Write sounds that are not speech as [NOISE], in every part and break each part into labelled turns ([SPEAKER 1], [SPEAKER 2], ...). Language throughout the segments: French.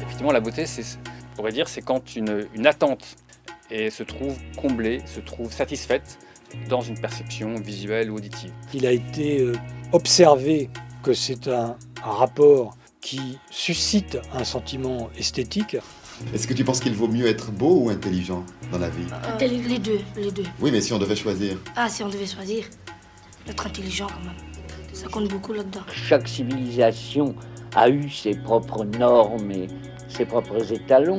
[SPEAKER 1] Effectivement, la beauté, c'est, on pourrait dire, c'est quand une, une attente et se trouve comblée, se trouve satisfaite dans une perception visuelle ou auditive.
[SPEAKER 2] Il a été euh, observé que c'est un, un rapport qui suscite un sentiment esthétique.
[SPEAKER 3] Est-ce que tu penses qu'il vaut mieux être beau ou intelligent dans la vie
[SPEAKER 4] Euh, les deux, les deux.
[SPEAKER 3] Oui, mais si on devait choisir.
[SPEAKER 4] Ah, si on devait choisir, être intelligent quand même. Ça compte beaucoup là-dedans.
[SPEAKER 5] Chaque civilisation a eu ses propres normes et ses propres étalons.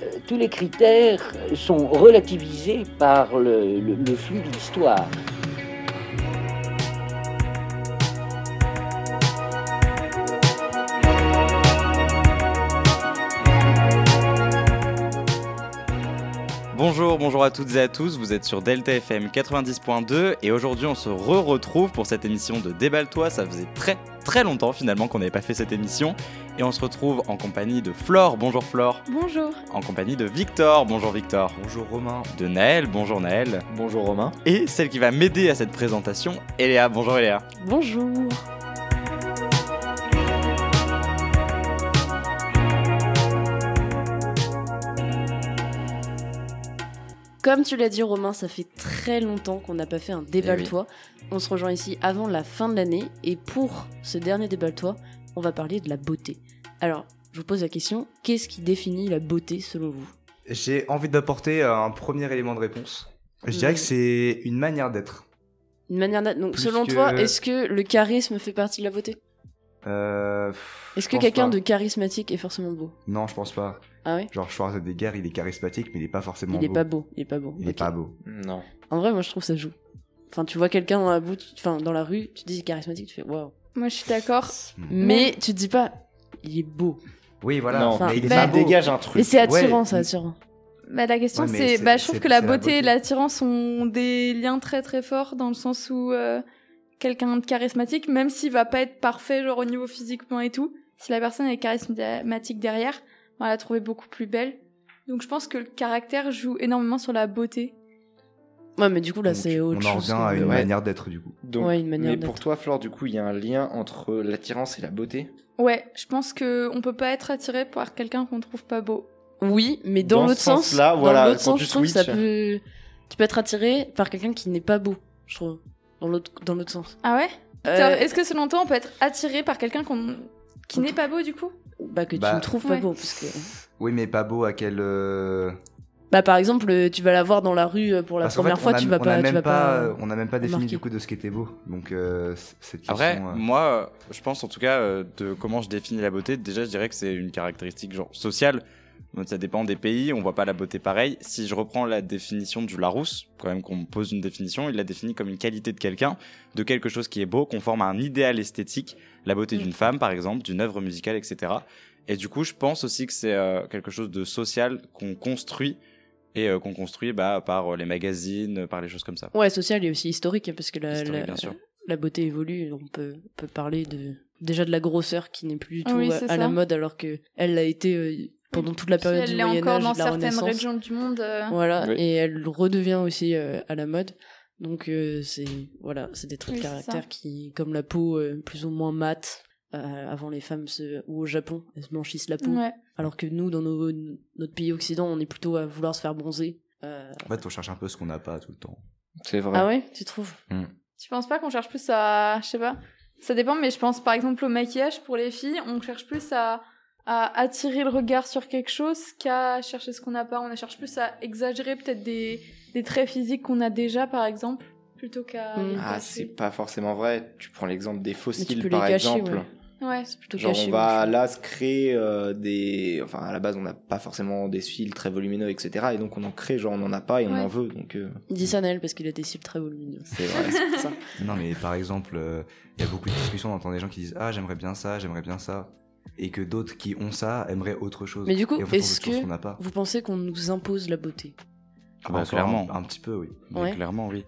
[SPEAKER 5] Euh, Tous les critères sont relativisés par le, le- le flux de l'histoire.
[SPEAKER 6] Bonjour, bonjour à toutes et à tous, vous êtes sur Delta FM 90.2 et aujourd'hui on se re-retrouve pour cette émission de Déballe-toi, ça faisait très très longtemps finalement qu'on n'avait pas fait cette émission et on se retrouve en compagnie de Flore, bonjour Flore,
[SPEAKER 7] Bonjour.
[SPEAKER 6] en compagnie de Victor, bonjour Victor,
[SPEAKER 8] Bonjour Romain.
[SPEAKER 6] de Naël, bonjour Naël,
[SPEAKER 8] Bonjour Romain.
[SPEAKER 6] et celle qui va m'aider à cette présentation, Eléa, bonjour Eléa.
[SPEAKER 7] Bonjour. Comme tu l'as dit Romain, ça fait très longtemps qu'on n'a pas fait
[SPEAKER 8] Eh
[SPEAKER 7] un déballe-toi. On se rejoint ici avant la fin de l'année et pour ce dernier déballe-toi, on va parler de la beauté. Alors, je vous pose la question, qu'est-ce qui définit la beauté selon vous
[SPEAKER 8] J'ai envie d'apporter euh, un premier élément de réponse. Je
[SPEAKER 7] Mhm.
[SPEAKER 8] dirais que c'est une manière d'être.
[SPEAKER 7] Une manière d'être- Donc
[SPEAKER 8] Plus
[SPEAKER 7] selon
[SPEAKER 8] que-
[SPEAKER 7] toi, est-ce que le charisme fait partie de la beauté
[SPEAKER 8] Euh, pff,
[SPEAKER 7] Est-ce
[SPEAKER 8] je
[SPEAKER 7] que
[SPEAKER 8] pense
[SPEAKER 7] quelqu'un
[SPEAKER 8] pas.
[SPEAKER 7] de charismatique est forcément beau
[SPEAKER 8] Non, je pense pas.
[SPEAKER 7] Ah ouais
[SPEAKER 8] Genre Schwarzenegger, il est charismatique, mais il est pas forcément
[SPEAKER 7] Il est
[SPEAKER 8] beau.
[SPEAKER 7] pas beau, il est pas beau.
[SPEAKER 8] Il est
[SPEAKER 7] Ok.
[SPEAKER 8] pas beau.
[SPEAKER 9] Non.
[SPEAKER 7] En vrai, moi je trouve ça joue. Enfin, tu vois quelqu'un dans la boue, tu- enfin dans la rue, tu te dis il est charismatique, tu fais waouh.
[SPEAKER 10] Moi, je suis d'accord.
[SPEAKER 7] Mais tu te dis pas il est beau.
[SPEAKER 8] Mm. Oui, voilà.
[SPEAKER 9] Non,
[SPEAKER 7] Enfin,
[SPEAKER 8] mais il est
[SPEAKER 7] bah,
[SPEAKER 8] pas
[SPEAKER 9] Ça
[SPEAKER 8] beau.
[SPEAKER 9] dégage un truc.
[SPEAKER 7] Et c'est attirant,
[SPEAKER 8] Ouais.
[SPEAKER 7] c'est attirant.
[SPEAKER 10] Bah, la question,
[SPEAKER 8] Ouais, mais
[SPEAKER 10] c'est.
[SPEAKER 8] c'est-
[SPEAKER 10] Bah, je trouve
[SPEAKER 8] c'est-
[SPEAKER 10] que la
[SPEAKER 8] c'est la
[SPEAKER 10] beauté et
[SPEAKER 8] beauté.
[SPEAKER 10] l'attirance ont des liens très très forts dans le sens où euh, quelqu'un de charismatique, même s'il va pas être parfait, genre au niveau physiquement et tout, si la personne est charismatique derrière, on va la trouver beaucoup plus belle. Donc, je pense que le caractère joue énormément sur la beauté.
[SPEAKER 7] Ouais, mais du coup là
[SPEAKER 8] Donc,
[SPEAKER 7] c'est autre
[SPEAKER 8] On en
[SPEAKER 7] chose.
[SPEAKER 8] revient à
[SPEAKER 7] que-
[SPEAKER 8] une
[SPEAKER 9] Ouais.
[SPEAKER 8] manière d'être du coup.
[SPEAKER 9] Donc,
[SPEAKER 7] Ouais, une manière
[SPEAKER 9] mais
[SPEAKER 7] d'être.
[SPEAKER 9] pour toi, Flore, du coup, il y a un lien entre l'attirance et la beauté.
[SPEAKER 10] Ouais, je pense que on peut pas être attiré par quelqu'un qu'on trouve pas beau.
[SPEAKER 7] Oui, mais dans,
[SPEAKER 9] Dans ce
[SPEAKER 7] l'autre sens,
[SPEAKER 9] sens-là,
[SPEAKER 7] dans
[SPEAKER 9] voilà,
[SPEAKER 7] l'autre
[SPEAKER 9] quand
[SPEAKER 7] sens,
[SPEAKER 9] tu
[SPEAKER 7] je trouve que ça
[SPEAKER 9] switches.
[SPEAKER 7] peut tu peux être attiré par quelqu'un qui n'est pas beau, je trouve. Dans l'autre dans l'autre sens.
[SPEAKER 10] Ah ouais
[SPEAKER 7] Euh,
[SPEAKER 10] Victor, Est-ce que selon toi, on peut être attiré par quelqu'un qu'on qui n'est pas beau du coup
[SPEAKER 7] bah que tu
[SPEAKER 8] Bah.
[SPEAKER 7] ne trouves pas
[SPEAKER 10] Ouais.
[SPEAKER 7] beau parce que
[SPEAKER 8] Oui, mais pas beau à quel. euh,
[SPEAKER 7] bah par exemple, euh, tu vas la voir dans la rue euh, pour la
[SPEAKER 8] parce qu'en
[SPEAKER 7] première
[SPEAKER 8] fait,
[SPEAKER 7] fois,
[SPEAKER 8] on a-
[SPEAKER 7] tu vas
[SPEAKER 8] on a
[SPEAKER 7] pas tu
[SPEAKER 8] même euh,
[SPEAKER 7] vas pas
[SPEAKER 8] On n'a même pas défini
[SPEAKER 7] remarquer.
[SPEAKER 8] du coup de ce qui était beau. Donc euh, c- cette question.
[SPEAKER 6] Après,
[SPEAKER 8] euh,
[SPEAKER 6] moi, euh, je pense en tout cas euh, de comment je définis la beauté. Déjà, je dirais que c'est une caractéristique genre sociale. Donc, Ça dépend des pays, on voit pas la beauté pareil. Si je reprends la définition du Larousse, quand même qu'on me pose une définition, il la définit comme une qualité de quelqu'un, de quelque chose qui est beau, conforme à un idéal esthétique, la beauté
[SPEAKER 7] Mm.
[SPEAKER 6] d'une femme par exemple, d'une œuvre musicale, etc. Et du coup, je pense aussi que c'est euh, quelque chose de social qu'on construit et euh, qu'on construit bah, par euh, les magazines, par les choses comme ça.
[SPEAKER 7] Ouais, social et aussi historique parce que la,
[SPEAKER 6] Historique,
[SPEAKER 7] la-
[SPEAKER 6] bien sûr.
[SPEAKER 7] la beauté évolue, on peut, on peut parler de déjà de la grosseur qui n'est plus du tout
[SPEAKER 10] Oui,
[SPEAKER 7] à,
[SPEAKER 10] c'est
[SPEAKER 7] à
[SPEAKER 10] ça.
[SPEAKER 7] la mode alors que elle l'a été euh, pendant toute la
[SPEAKER 10] Si
[SPEAKER 7] période
[SPEAKER 10] elle
[SPEAKER 7] du
[SPEAKER 10] l'est
[SPEAKER 7] Moyen
[SPEAKER 10] encore
[SPEAKER 7] Âge,
[SPEAKER 10] dans
[SPEAKER 7] de la
[SPEAKER 10] certaines
[SPEAKER 7] Renaissance.
[SPEAKER 10] régions du monde. euh,
[SPEAKER 7] Voilà,
[SPEAKER 9] Oui.
[SPEAKER 7] et elle redevient aussi euh, à la mode. Donc euh, c'est voilà, c'est des traits de
[SPEAKER 10] Oui, c'est ça.
[SPEAKER 7] caractère qui, comme la peau euh, plus ou moins mate, euh, avant les femmes se, ou au Japon, elles se blanchissent la peau,
[SPEAKER 10] Ouais.
[SPEAKER 7] alors que nous dans nos, notre pays occident, on est plutôt à vouloir se faire bronzer. Euh,
[SPEAKER 8] En fait, on cherche un peu ce qu'on n'a pas tout le temps.
[SPEAKER 9] C'est vrai.
[SPEAKER 7] Ah ouais, tu trouves
[SPEAKER 9] Mm.
[SPEAKER 10] Tu penses pas qu'on cherche plus à. Je sais pas. Ça dépend, mais je pense par exemple au maquillage pour les filles, on cherche plus à, à attirer le regard sur quelque chose qu'à chercher ce qu'on n'a pas. On cherche plus à exagérer peut-être des, des traits physiques qu'on a déjà, par exemple, plutôt qu'à.
[SPEAKER 7] Mm.
[SPEAKER 10] les
[SPEAKER 9] Ah, c'est
[SPEAKER 10] casser.
[SPEAKER 9] pas forcément vrai. Tu prends l'exemple des
[SPEAKER 7] peux
[SPEAKER 9] fossiles,
[SPEAKER 7] les
[SPEAKER 9] par
[SPEAKER 7] cacher,
[SPEAKER 9] exemple.
[SPEAKER 7] ouais.
[SPEAKER 10] Ouais.
[SPEAKER 7] C'est plutôt
[SPEAKER 9] Genre,
[SPEAKER 7] caché.
[SPEAKER 9] on
[SPEAKER 7] ouais,
[SPEAKER 9] va
[SPEAKER 7] je trouve.
[SPEAKER 9] là se créer euh, des. Enfin, à la base, on n'a pas forcément des cils très volumineux, etc. Et donc, on en crée, genre, on n'en a pas et on
[SPEAKER 10] Ouais.
[SPEAKER 9] en veut. Donc, euh,
[SPEAKER 7] Il dit ça Naël parce qu'il a des cils très volumineux.
[SPEAKER 9] [LAUGHS] c'est vrai, c'est ça.
[SPEAKER 8] Non, mais par exemple, euh, il y a beaucoup de discussions, on entend des gens qui disent Ah, j'aimerais bien ça, j'aimerais bien ça. Et que d'autres qui ont ça aimeraient autre chose.
[SPEAKER 7] Mais du coup,
[SPEAKER 8] Et en fait, on veut
[SPEAKER 7] est-ce
[SPEAKER 8] toujours ce
[SPEAKER 7] que-
[SPEAKER 8] qu'on n'a pas.
[SPEAKER 7] Vous pensez qu'on nous impose la beauté
[SPEAKER 8] Ah
[SPEAKER 6] bah,
[SPEAKER 8] encore
[SPEAKER 6] clairement.
[SPEAKER 8] Un, un petit peu, oui.
[SPEAKER 6] Mais
[SPEAKER 7] Ouais.
[SPEAKER 6] Clairement, oui.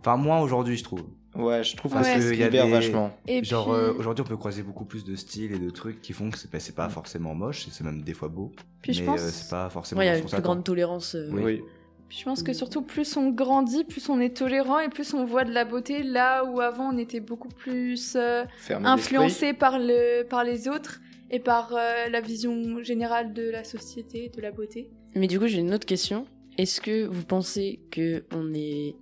[SPEAKER 8] Enfin, moins aujourd'hui, je trouve.
[SPEAKER 9] Ouais, je trouve
[SPEAKER 10] Parce
[SPEAKER 9] que ça
[SPEAKER 8] que
[SPEAKER 9] se
[SPEAKER 8] y a
[SPEAKER 9] libère
[SPEAKER 8] des-
[SPEAKER 9] vachement.
[SPEAKER 10] Et
[SPEAKER 8] Genre,
[SPEAKER 10] puis,
[SPEAKER 8] euh, aujourd'hui, on peut croiser beaucoup plus de styles et de trucs qui font que c'est bah, c'est
[SPEAKER 7] Mm.
[SPEAKER 8] pas forcément moche, et c'est même des fois beau.
[SPEAKER 10] Puis
[SPEAKER 8] mais
[SPEAKER 10] je pense-
[SPEAKER 8] euh, c'est pas forcément
[SPEAKER 7] Ouais, il y a
[SPEAKER 8] ce
[SPEAKER 7] une
[SPEAKER 8] qu'on
[SPEAKER 7] plus
[SPEAKER 8] s'attend.
[SPEAKER 7] grande tolérance. euh,
[SPEAKER 8] Oui.
[SPEAKER 10] puis je pense que surtout, plus on grandit, plus on est tolérant et plus on voit de la beauté là où avant on était beaucoup plus. euh,
[SPEAKER 9] Fermé d'esprit.
[SPEAKER 10] influencé par, le, par les autres et par euh, la vision générale de la société, de la beauté.
[SPEAKER 7] Mais du coup, j'ai une autre question. Est-ce que vous pensez que on est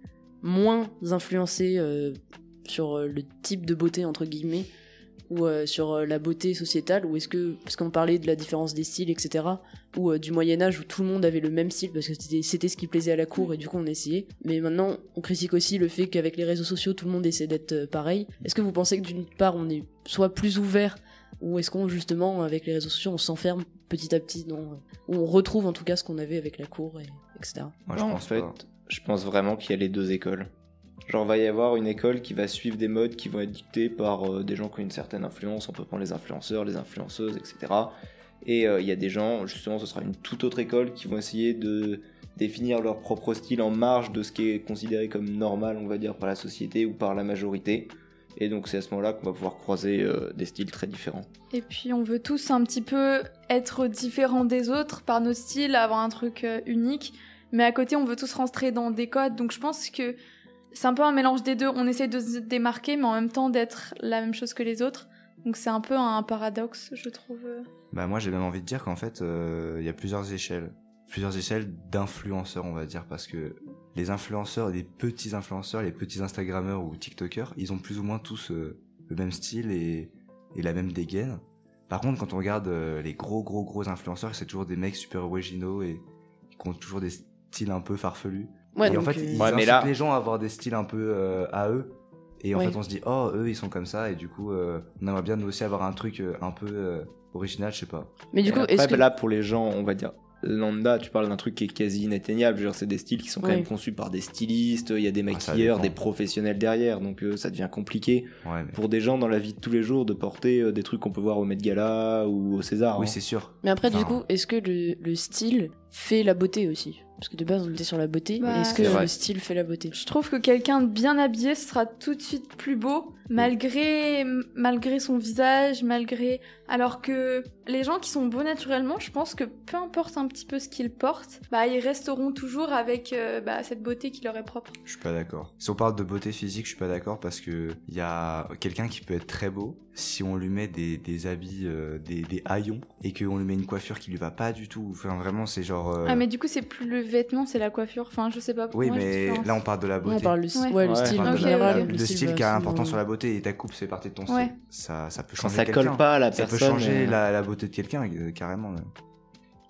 [SPEAKER 7] moins influencé euh, sur euh, le type de beauté entre guillemets ou euh, sur euh, la beauté sociétale ou est-ce que parce qu'on parlait de la différence des styles etc ou euh, du Moyen Âge où tout le monde avait le même style parce que c'était, c'était ce qui plaisait à la cour et du coup on essayait mais maintenant on critique aussi le fait qu'avec les réseaux sociaux tout le monde essaie d'être euh, pareil est-ce que vous pensez que d'une part on est soit plus ouvert ou est-ce qu'on justement avec les réseaux sociaux on s'enferme petit à petit dans euh, ou on retrouve en tout cas ce qu'on avait avec la cour et etc
[SPEAKER 8] Moi,
[SPEAKER 9] Non,
[SPEAKER 8] je
[SPEAKER 9] en
[SPEAKER 8] pense
[SPEAKER 9] fait,
[SPEAKER 8] pas.
[SPEAKER 9] je pense vraiment qu'il y a les deux écoles. Genre, va y avoir une école qui va suivre des modes qui vont être dictés par euh, des gens qui ont une certaine influence. On peut prendre les influenceurs, les influenceuses, etc. Et euh, il y a des gens, justement, ce sera une toute autre école qui vont essayer de définir leur propre style en marge de ce qui est considéré comme normal, on va dire, par la société ou par la majorité. Et donc, c'est à ce moment-là qu'on va pouvoir croiser euh, des styles très différents.
[SPEAKER 10] Et puis on veut tous un petit peu être différents des autres par nos styles, avoir un truc euh, unique. Mais à côté, on veut tous rentrer dans des codes. Donc je pense que c'est un peu un mélange des deux. On essaie de se démarquer, mais en même temps d'être la même chose que les autres. Donc c'est un peu un paradoxe, je trouve.
[SPEAKER 8] Bah moi j'ai même envie de dire qu'en fait euh, il y a plusieurs échelles, plusieurs échelles d'influenceurs on va dire parce que les influenceurs, les petits influenceurs, les petits Instagrammeurs ou TikTokers, ils ont plus ou moins tous euh, le même style et, et la même dégaine. Par contre quand on regarde euh, les gros gros gros influenceurs, c'est toujours des mecs super originaux et qui ont toujours des styles un peu farfelus.
[SPEAKER 7] Ouais,
[SPEAKER 8] et en
[SPEAKER 7] donc,
[SPEAKER 8] fait
[SPEAKER 7] euh,
[SPEAKER 8] ils
[SPEAKER 9] Ouais, mais
[SPEAKER 8] incitent
[SPEAKER 9] là-
[SPEAKER 8] les gens à avoir des styles un peu euh, à eux. Et en
[SPEAKER 7] Ouais.
[SPEAKER 8] fait on se dit oh eux ils sont comme ça et du coup euh, on aimerait bien nous aussi avoir un truc euh, un peu euh, original je sais pas.
[SPEAKER 7] mais du
[SPEAKER 9] Et
[SPEAKER 7] coup
[SPEAKER 9] après,
[SPEAKER 8] bah
[SPEAKER 7] est-ce que
[SPEAKER 9] là, pour les gens, on va dire lambda, tu parles d'un truc qui est quasi inatteignable. Genre, c'est des styles qui sont quand
[SPEAKER 7] Oui.
[SPEAKER 9] même conçus par des stylistes, il y a des
[SPEAKER 8] Ah, ça
[SPEAKER 9] maquilleurs,
[SPEAKER 8] dépend.
[SPEAKER 9] des professionnels derrière, donc euh, ça devient compliqué
[SPEAKER 8] Ouais, mais-
[SPEAKER 9] pour des gens dans la vie de tous les jours de porter euh, des trucs qu'on peut voir au Met Gala ou au César.
[SPEAKER 8] Oui,
[SPEAKER 9] hein.
[SPEAKER 8] c'est sûr.
[SPEAKER 7] Mais après, du
[SPEAKER 8] Enfin,
[SPEAKER 7] coup, est-ce que le, le style fait la beauté aussi Parce que de base, on était sur la beauté.
[SPEAKER 10] Bah,
[SPEAKER 7] mais est-ce que
[SPEAKER 9] C'est vrai.
[SPEAKER 7] le style fait la beauté
[SPEAKER 10] Je trouve que quelqu'un de bien habillé sera tout de suite plus beau, malgré, malgré son visage, malgré. Alors que les gens qui sont beaux naturellement, je pense que peu importe un petit peu ce qu'ils portent, bah, ils resteront toujours avec euh, bah, cette beauté qui leur est propre.
[SPEAKER 8] Je suis pas d'accord. Si on parle de beauté physique, je suis pas d'accord parce que il y a quelqu'un qui peut être très beau si on lui met des, des habits, euh, des, des haillons et qu'on lui met une coiffure qui lui va pas du tout. Enfin, vraiment, c'est genre. euh,
[SPEAKER 10] Ah, mais du coup, c'est plus le vêtement, c'est la coiffure. Enfin, je sais pas pour
[SPEAKER 8] Oui,
[SPEAKER 10] moi, je
[SPEAKER 8] mais
[SPEAKER 10] différencie.
[SPEAKER 8] là, on parle de la beauté.
[SPEAKER 7] On parle le, euh, st-
[SPEAKER 10] Ouais.
[SPEAKER 7] ouais, le
[SPEAKER 9] Ouais,
[SPEAKER 7] style
[SPEAKER 8] On parle
[SPEAKER 7] en
[SPEAKER 10] ok,
[SPEAKER 8] de la-
[SPEAKER 7] général.
[SPEAKER 10] ok.
[SPEAKER 8] le style qui est
[SPEAKER 7] va
[SPEAKER 8] important
[SPEAKER 7] sinon-
[SPEAKER 8] sur la beauté et ta coupe fait partie de ton style.
[SPEAKER 10] Ouais.
[SPEAKER 8] Ça, ça peut
[SPEAKER 9] Quand
[SPEAKER 8] changer
[SPEAKER 9] ça
[SPEAKER 8] quelqu'un.
[SPEAKER 9] colle pas à la
[SPEAKER 8] Ça peut
[SPEAKER 9] personne.
[SPEAKER 8] changer
[SPEAKER 9] euh,
[SPEAKER 8] la, la beauté de quelqu'un, euh, carrément. là.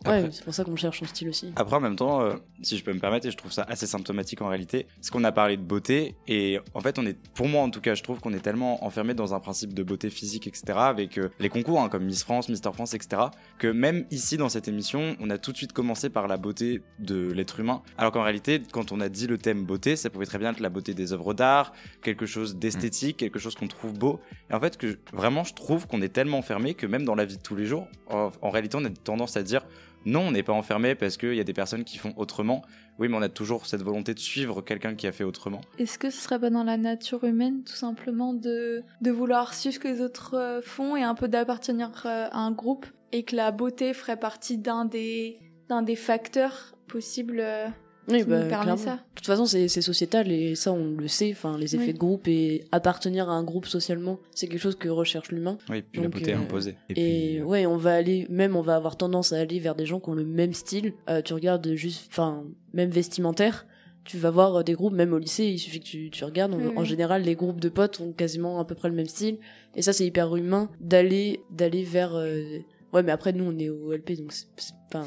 [SPEAKER 7] Ouais,
[SPEAKER 6] Après-
[SPEAKER 7] c'est pour ça qu'on cherche son style aussi.
[SPEAKER 6] Après, en même temps, euh, si je peux me permettre, et je trouve ça assez symptomatique en réalité, parce qu'on a parlé de beauté, et en fait, on est, pour moi en tout cas, je trouve qu'on est tellement enfermé dans un principe de beauté physique, etc., avec euh, les concours hein, comme Miss France, Mister France, etc., que même ici dans cette émission, on a tout de suite commencé par la beauté de l'être humain, alors qu'en réalité, quand on a dit le thème beauté, ça pouvait très bien être la beauté des œuvres d'art, quelque chose d'esthétique, quelque chose qu'on trouve beau, et en fait, que je- vraiment, je trouve qu'on est tellement enfermé que même dans la vie de tous les jours, en, en réalité, on a tendance à dire non, on n'est pas enfermé parce qu'il y a des personnes qui font autrement. Oui, mais on a toujours cette volonté de suivre quelqu'un qui a fait autrement.
[SPEAKER 10] Est-ce que ce serait pas dans la nature humaine, tout simplement, de, de vouloir suivre ce que les autres euh, font et un peu d'appartenir euh, à un groupe et que la beauté ferait partie d'un des, d'un des facteurs possibles euh,
[SPEAKER 7] Oui,
[SPEAKER 10] qui
[SPEAKER 7] bah,
[SPEAKER 10] nous permet
[SPEAKER 7] clairement.
[SPEAKER 10] ça
[SPEAKER 7] De toute façon, c'est c'est sociétal et ça, on le sait. Enfin, les effets
[SPEAKER 10] Oui.
[SPEAKER 7] de groupe et appartenir à un groupe socialement, c'est quelque chose que recherche l'humain.
[SPEAKER 6] Oui, puis
[SPEAKER 7] Donc,
[SPEAKER 6] la beauté
[SPEAKER 7] euh,
[SPEAKER 6] imposée.
[SPEAKER 8] Et,
[SPEAKER 7] Et,
[SPEAKER 8] puis,
[SPEAKER 7] ouais, on va aller, même on va avoir tendance à aller vers des gens qui ont le même style. Euh, tu regardes juste, enfin, même vestimentaire. Tu vas voir euh, des groupes, même au lycée, il suffit que tu, tu regardes. on-
[SPEAKER 10] Oui, oui.
[SPEAKER 7] En général, les groupes de potes ont quasiment à peu près le même style. Et ça, c'est hyper humain d'aller, d'aller vers. euh, Ouais, mais après, nous, on est au LP, donc c'est c'est pas.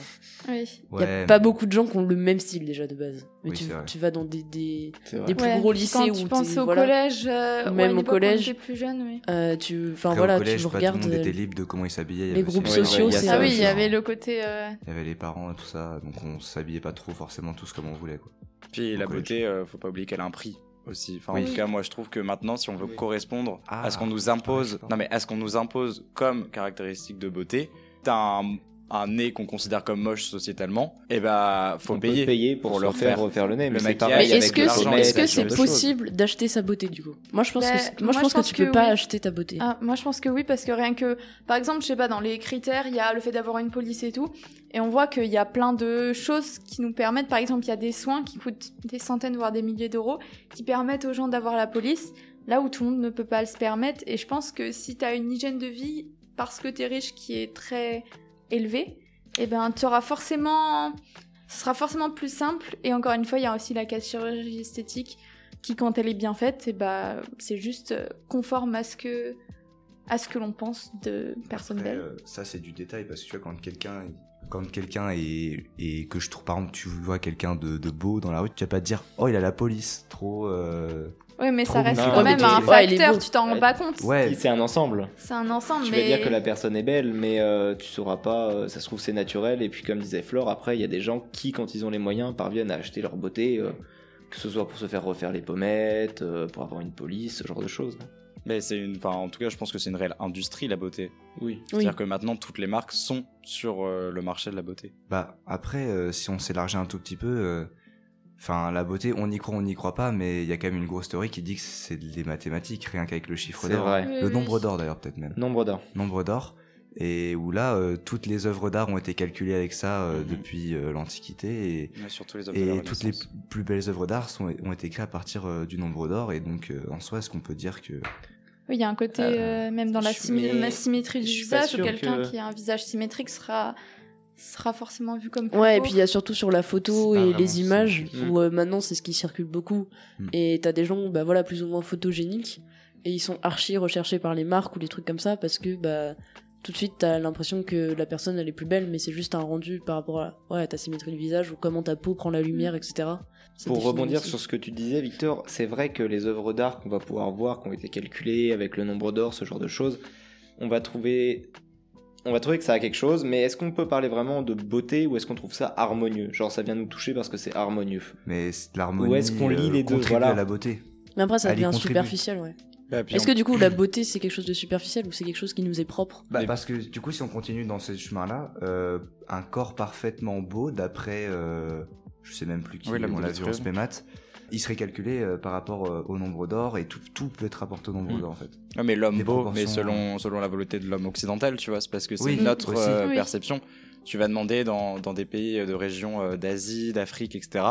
[SPEAKER 10] Oui.
[SPEAKER 7] Il y a
[SPEAKER 8] ouais,
[SPEAKER 7] pas
[SPEAKER 8] mais-
[SPEAKER 7] beaucoup de gens qui ont le même style déjà de base. Mais
[SPEAKER 8] Oui,
[SPEAKER 7] tu,
[SPEAKER 8] c'est vrai.
[SPEAKER 7] tu vas dans des, des,
[SPEAKER 9] c'est vrai.
[SPEAKER 7] des plus gros lycées
[SPEAKER 10] quand
[SPEAKER 7] où
[SPEAKER 10] tu
[SPEAKER 7] t'es-
[SPEAKER 10] penses au
[SPEAKER 7] voilà.
[SPEAKER 10] collège, euh,
[SPEAKER 7] Même
[SPEAKER 10] ou à une
[SPEAKER 7] au
[SPEAKER 10] époque où
[SPEAKER 7] collège.
[SPEAKER 10] on était plus jeune, oui.
[SPEAKER 7] Euh, tu, enfin
[SPEAKER 8] Après,
[SPEAKER 7] voilà,
[SPEAKER 8] au collège,
[SPEAKER 7] tu
[SPEAKER 8] pas tout
[SPEAKER 7] regardes.
[SPEAKER 8] le monde était
[SPEAKER 7] euh,
[SPEAKER 8] libre de comment ils s'habillaient. il y
[SPEAKER 7] les
[SPEAKER 8] avait aussi-
[SPEAKER 7] groupes
[SPEAKER 9] Ouais,
[SPEAKER 7] sociaux,
[SPEAKER 9] ouais, il y a
[SPEAKER 7] c'est
[SPEAKER 9] ça
[SPEAKER 10] Ah oui,
[SPEAKER 9] aussi,
[SPEAKER 10] il y
[SPEAKER 9] hein.
[SPEAKER 10] avait le côté. euh,
[SPEAKER 8] Il y avait les parents et tout ça, donc on s'habillait pas trop forcément tous comme on voulait. Quoi.
[SPEAKER 6] Puis la
[SPEAKER 8] Au collège.
[SPEAKER 6] beauté, euh, faut pas oublier qu'elle a un prix aussi. Enfin, en
[SPEAKER 8] Oui.
[SPEAKER 6] tout cas, moi, je trouve que maintenant, si on veut
[SPEAKER 9] Oui.
[SPEAKER 6] correspondre à ce
[SPEAKER 8] Ah,
[SPEAKER 6] qu'on nous
[SPEAKER 8] c'est
[SPEAKER 6] impose,
[SPEAKER 8] pareil, ça.
[SPEAKER 6] non mais à ce qu'on nous impose comme caractéristique de beauté, t'as un, un nez qu'on considère comme moche sociétalement, et bah, faut
[SPEAKER 9] On peut
[SPEAKER 6] payer.
[SPEAKER 9] pour,
[SPEAKER 6] Pour
[SPEAKER 9] leur
[SPEAKER 6] leur
[SPEAKER 9] faire
[SPEAKER 6] faire
[SPEAKER 9] refaire le nez.
[SPEAKER 6] le
[SPEAKER 9] Mais c'est
[SPEAKER 6] maquillage,
[SPEAKER 9] pareil
[SPEAKER 7] Mais
[SPEAKER 9] avec
[SPEAKER 7] est-ce que
[SPEAKER 9] le
[SPEAKER 7] est-ce
[SPEAKER 9] sommeil,
[SPEAKER 7] que
[SPEAKER 9] ce
[SPEAKER 7] c'est
[SPEAKER 9] genre de choses.
[SPEAKER 7] possible d'acheter sa beauté du coup Moi je pense
[SPEAKER 10] Bah,
[SPEAKER 7] que c'est- moi, je pense que tu peux
[SPEAKER 10] que
[SPEAKER 7] pas
[SPEAKER 10] oui.
[SPEAKER 7] acheter ta beauté.
[SPEAKER 10] Ah, moi je pense que oui, parce que rien que. Par exemple, je sais pas, dans les critères, il y a le fait d'avoir une police et tout. Et on voit qu'il y a plein de choses qui nous permettent. Par exemple, il y a des soins qui coûtent des centaines, voire des milliers d'euros, qui permettent aux gens d'avoir la police, là où tout le monde ne peut pas le se permettre. Et je pense que si t'as une hygiène de vie parce que t'es riche qui est très élevé, eh ben tu auras forcément, ce sera forcément plus simple. Et encore une fois, il y a aussi la case chirurgie esthétique qui, quand elle est bien faite, eh ben, c'est juste euh, conforme à ce que à ce que l'on pense de personnes
[SPEAKER 8] Après,
[SPEAKER 10] belles.
[SPEAKER 8] euh, ça, c'est du détail parce que tu vois, quand quelqu'un quand quelqu'un est, et que je trouve, par exemple, tu vois quelqu'un de, de beau dans la rue, tu vas pas te dire, oh, il a la police, trop. euh,
[SPEAKER 10] Oui, mais ça
[SPEAKER 8] Trop
[SPEAKER 10] reste
[SPEAKER 9] bien.
[SPEAKER 10] quand
[SPEAKER 9] Ouais, mais
[SPEAKER 10] même
[SPEAKER 9] tu-
[SPEAKER 10] un
[SPEAKER 7] ouais, il est
[SPEAKER 10] facteur.
[SPEAKER 7] beau.
[SPEAKER 10] tu t'en rends
[SPEAKER 9] Ouais.
[SPEAKER 10] pas compte.
[SPEAKER 8] Ouais,
[SPEAKER 9] C'est un ensemble.
[SPEAKER 10] C'est un ensemble.
[SPEAKER 9] Tu
[SPEAKER 10] mais...
[SPEAKER 9] vas dire que la personne est belle, mais euh, tu sauras pas, euh, ça se trouve c'est naturel. Et puis comme disait Flore, après il y a des gens qui, quand ils ont les moyens, parviennent à acheter leur beauté, euh, que ce soit pour se faire refaire les pommettes, euh, pour avoir une police, ce genre de choses.
[SPEAKER 6] Mais c'est une, enfin, en tout cas, je pense que c'est une réelle industrie la beauté.
[SPEAKER 9] Oui.
[SPEAKER 6] C'est-à-dire que maintenant, toutes les marques sont sur euh, le marché de la beauté.
[SPEAKER 8] bah, après, euh, si on s'élargit un tout petit peu, euh, enfin, la beauté, on y croit, on n'y croit pas, mais il y a quand même une grosse théorie qui dit que c'est des mathématiques, rien qu'avec le chiffre
[SPEAKER 9] C'est
[SPEAKER 8] d'or.
[SPEAKER 9] vrai.
[SPEAKER 10] Oui,
[SPEAKER 8] Le
[SPEAKER 10] oui.
[SPEAKER 8] nombre d'or, d'ailleurs, peut-être même.
[SPEAKER 9] Nombre d'or.
[SPEAKER 8] Nombre d'or. Et où là, euh, toutes les œuvres d'art ont été calculées avec ça euh,
[SPEAKER 6] Mhm.
[SPEAKER 8] depuis euh, l'antiquité. Et,
[SPEAKER 6] surtout les hommes de la
[SPEAKER 8] Et toutes les
[SPEAKER 6] Renaissance.
[SPEAKER 8] plus belles œuvres d'art sont, ont été créées à partir euh, du nombre d'or, et donc euh, en soi, est-ce qu'on peut dire que.
[SPEAKER 10] Oui, il y a un côté,
[SPEAKER 9] Euh,
[SPEAKER 10] euh, même dans la
[SPEAKER 9] je-
[SPEAKER 10] symi-
[SPEAKER 9] mais
[SPEAKER 10] la symétrie du
[SPEAKER 9] je suis pas
[SPEAKER 10] visage, où
[SPEAKER 9] sûr
[SPEAKER 10] quelqu'un
[SPEAKER 9] que-
[SPEAKER 10] qui a un visage symétrique sera, sera forcément vu comme plus
[SPEAKER 7] Ouais, et
[SPEAKER 10] beau.
[SPEAKER 7] puis il y a surtout sur la photo
[SPEAKER 8] C'est pas
[SPEAKER 7] et
[SPEAKER 8] vraiment
[SPEAKER 7] les images
[SPEAKER 9] ça.
[SPEAKER 7] où euh, maintenant c'est ce qui circule beaucoup.
[SPEAKER 8] Mm.
[SPEAKER 7] Et t'as des gens, bah voilà, plus ou moins photogéniques et ils sont archi recherchés par les marques ou les trucs comme ça parce que bah tout de suite t'as l'impression que la personne elle est plus belle, mais c'est juste un rendu par rapport à ouais, à ta symétrie du visage ou comment ta peau prend la lumière, etc. Ça
[SPEAKER 9] Pour
[SPEAKER 7] définit
[SPEAKER 9] rebondir
[SPEAKER 7] aussi.
[SPEAKER 9] sur ce que tu disais, Victor, c'est vrai que les œuvres d'art qu'on va pouvoir voir, qui ont été calculées avec le nombre d'or, ce genre de choses, on va trouver, on va trouver que ça a quelque chose. Mais est-ce qu'on peut parler vraiment de beauté ou est-ce qu'on trouve ça harmonieux Genre ça vient nous toucher parce que c'est harmonieux.
[SPEAKER 8] Mais c'est- l'harmonie
[SPEAKER 9] Où est-ce qu'on lie
[SPEAKER 8] euh,
[SPEAKER 9] les deux,
[SPEAKER 8] contribue
[SPEAKER 9] voilà.
[SPEAKER 8] à la beauté
[SPEAKER 7] Mais après ça
[SPEAKER 8] Elle y
[SPEAKER 7] devient
[SPEAKER 8] contribue.
[SPEAKER 7] superficiel, ouais.
[SPEAKER 2] Bah, puis
[SPEAKER 7] Est-ce que du coup la beauté c'est quelque chose de superficiel ou c'est quelque chose qui nous est propre
[SPEAKER 8] Bah,
[SPEAKER 6] Mais-
[SPEAKER 8] Parce que du coup, si on continue dans ce chemin-là, euh, un corps parfaitement beau, d'après. euh, je sais même plus qui,
[SPEAKER 6] Oui, la
[SPEAKER 8] on l'a vu en
[SPEAKER 6] monstrueuse.
[SPEAKER 8] spémat, il serait calculé euh, par rapport euh, au nombre d'or, et tout, tout peut être rapporté au nombre
[SPEAKER 6] Mhm.
[SPEAKER 8] d'or en fait.
[SPEAKER 6] Ouais, mais l'homme
[SPEAKER 8] Les
[SPEAKER 6] beau,
[SPEAKER 8] proportions, hein.
[SPEAKER 6] mais selon, selon la volonté de l'homme occidental, tu vois, c'est parce que c'est
[SPEAKER 8] Oui,
[SPEAKER 6] notre
[SPEAKER 8] aussi.
[SPEAKER 6] euh,
[SPEAKER 10] Oui.
[SPEAKER 6] perception. Tu vas demander dans, dans des pays euh, de régions euh, d'Asie, d'Afrique, etc.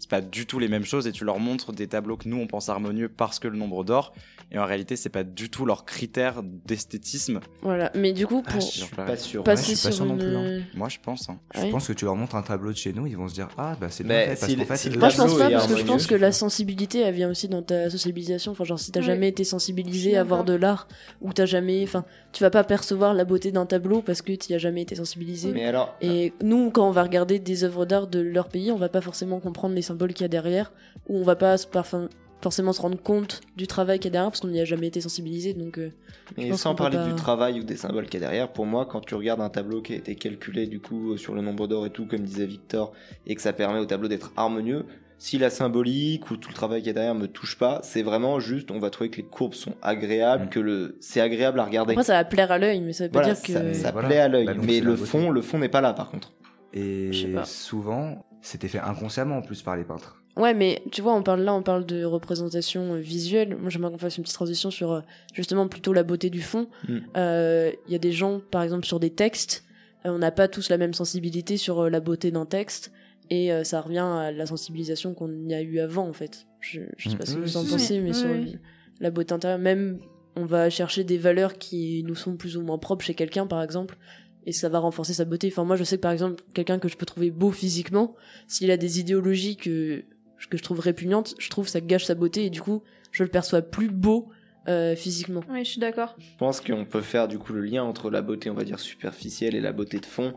[SPEAKER 6] C'est pas du tout les mêmes choses et tu leur montres des tableaux que nous on pense harmonieux parce que le nombre d'or. Et en réalité, c'est pas du tout leur critère d'esthétisme.
[SPEAKER 7] Voilà, mais du coup
[SPEAKER 6] Ah,
[SPEAKER 7] pour
[SPEAKER 6] je suis pas-
[SPEAKER 9] Pas sûr.
[SPEAKER 8] je
[SPEAKER 7] passer
[SPEAKER 8] suis pas
[SPEAKER 7] sur
[SPEAKER 8] sûr non
[SPEAKER 7] une.
[SPEAKER 8] plus,
[SPEAKER 6] Moi, je pense. hein.
[SPEAKER 8] Je
[SPEAKER 7] Ouais.
[SPEAKER 8] pense que tu leur montres un tableau de chez nous, ils vont se dire Ah, bah c'est bien
[SPEAKER 9] Mais
[SPEAKER 8] fait, parce
[SPEAKER 9] si
[SPEAKER 8] qu'en
[SPEAKER 9] le-
[SPEAKER 8] fait,
[SPEAKER 9] si
[SPEAKER 8] le
[SPEAKER 9] le
[SPEAKER 7] Moi, je
[SPEAKER 9] tableau
[SPEAKER 7] pense pas,
[SPEAKER 9] est
[SPEAKER 7] parce que je
[SPEAKER 9] harmonieux.
[SPEAKER 7] pense que la sensibilité, elle vient aussi dans ta sociabilisation. Enfin, genre, si t'as
[SPEAKER 10] Oui.
[SPEAKER 7] jamais été sensibilisé à
[SPEAKER 10] Oui,
[SPEAKER 7] voir
[SPEAKER 10] d'accord.
[SPEAKER 7] de l'art, ou t'as jamais. Enfin, tu vas pas percevoir la beauté d'un tableau parce que t'y as jamais été sensibilisé.
[SPEAKER 9] Mais alors,
[SPEAKER 7] Et nous, quand on va regarder des œuvres d'art de leur pays, on va pas forcément comprendre les symboles qu'il y a derrière, ou on va pas se- parfum- forcément se rendre compte du travail qu'il y a derrière parce qu'on n'y a jamais été sensibilisé. Donc, euh,
[SPEAKER 9] Mais
[SPEAKER 7] Je pense
[SPEAKER 9] sans
[SPEAKER 7] qu'on peut
[SPEAKER 9] parler
[SPEAKER 7] pas-
[SPEAKER 9] du travail ou des symboles qu'il y a derrière, pour moi, quand tu regardes un tableau qui a été calculé du coup sur le nombre d'or et tout, comme disait Victor, et que ça permet au tableau d'être harmonieux, si la symbolique ou tout le travail qu'il y a derrière me touche pas, c'est vraiment juste, on va trouver que les courbes sont agréables,
[SPEAKER 8] Mm.
[SPEAKER 9] que le, c'est agréable à regarder.
[SPEAKER 7] après, ça va plaire à l'œil, mais ça veut pas
[SPEAKER 9] Voilà,
[SPEAKER 7] dire que.
[SPEAKER 9] ça, ça
[SPEAKER 8] Voilà.
[SPEAKER 9] plaît à l'œil,
[SPEAKER 8] Bah, donc,
[SPEAKER 9] mais
[SPEAKER 8] c'est la
[SPEAKER 9] le
[SPEAKER 8] beauté.
[SPEAKER 9] fond, le fond n'est pas là par contre.
[SPEAKER 8] Et
[SPEAKER 7] Je sais pas.
[SPEAKER 8] souvent, c'était fait inconsciemment en plus par les peintres.
[SPEAKER 7] Ouais, mais tu vois, on parle là, on parle de représentation euh, visuelle. Moi, j'aimerais qu'on fasse une petite transition sur euh, justement plutôt la beauté du fond.
[SPEAKER 9] Mm.
[SPEAKER 7] Il y a des gens, par exemple, sur des textes, euh, on n'a pas tous la même sensibilité sur euh, la beauté d'un texte, et euh, ça revient à la sensibilisation qu'on y a eu avant, en fait. Je, je sais pas
[SPEAKER 8] Mm.
[SPEAKER 7] ce que
[SPEAKER 8] Oui,
[SPEAKER 7] vous en
[SPEAKER 8] si,
[SPEAKER 7] pensez,
[SPEAKER 10] si.
[SPEAKER 7] mais
[SPEAKER 10] Oui,
[SPEAKER 7] sur
[SPEAKER 10] oui.
[SPEAKER 7] euh, la beauté intérieure, même on va chercher des valeurs qui nous sont plus ou moins propres chez quelqu'un, par exemple. Et ça va renforcer sa beauté. Enfin, moi, je sais que par exemple, quelqu'un que je peux trouver beau physiquement, s'il a des idéologies que, que je trouve répugnantes, je trouve ça gâche sa beauté et du coup, je le perçois plus beau euh, physiquement.
[SPEAKER 10] Oui, je suis d'accord.
[SPEAKER 9] Je pense qu'on peut faire du coup le lien entre la beauté, on va dire superficielle, et la beauté de fond.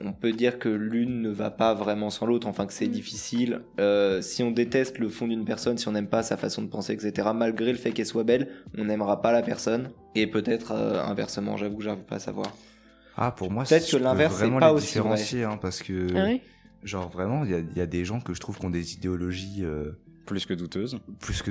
[SPEAKER 9] On peut dire que l'une ne va pas vraiment sans l'autre, enfin que c'est
[SPEAKER 10] Mm.
[SPEAKER 9] difficile. Euh, si on déteste le fond d'une personne, si on n'aime pas sa façon de penser, etc., malgré le fait qu'elle soit belle, on n'aimera pas la personne. Et peut-être euh, inversement, j'avoue que j'arrive pas à savoir.
[SPEAKER 8] Ah, pour moi,
[SPEAKER 9] Peut-être
[SPEAKER 8] je
[SPEAKER 9] que
[SPEAKER 8] peux
[SPEAKER 9] l'inverse, c'est
[SPEAKER 8] vraiment
[SPEAKER 9] pas
[SPEAKER 8] les
[SPEAKER 9] aussi vrai.
[SPEAKER 8] différencier, hein, parce que,
[SPEAKER 7] Ah oui
[SPEAKER 8] genre, vraiment, il y a- il y, a des gens que je trouve qui ont des idéologies euh,
[SPEAKER 6] Plus que douteuse.
[SPEAKER 8] plus que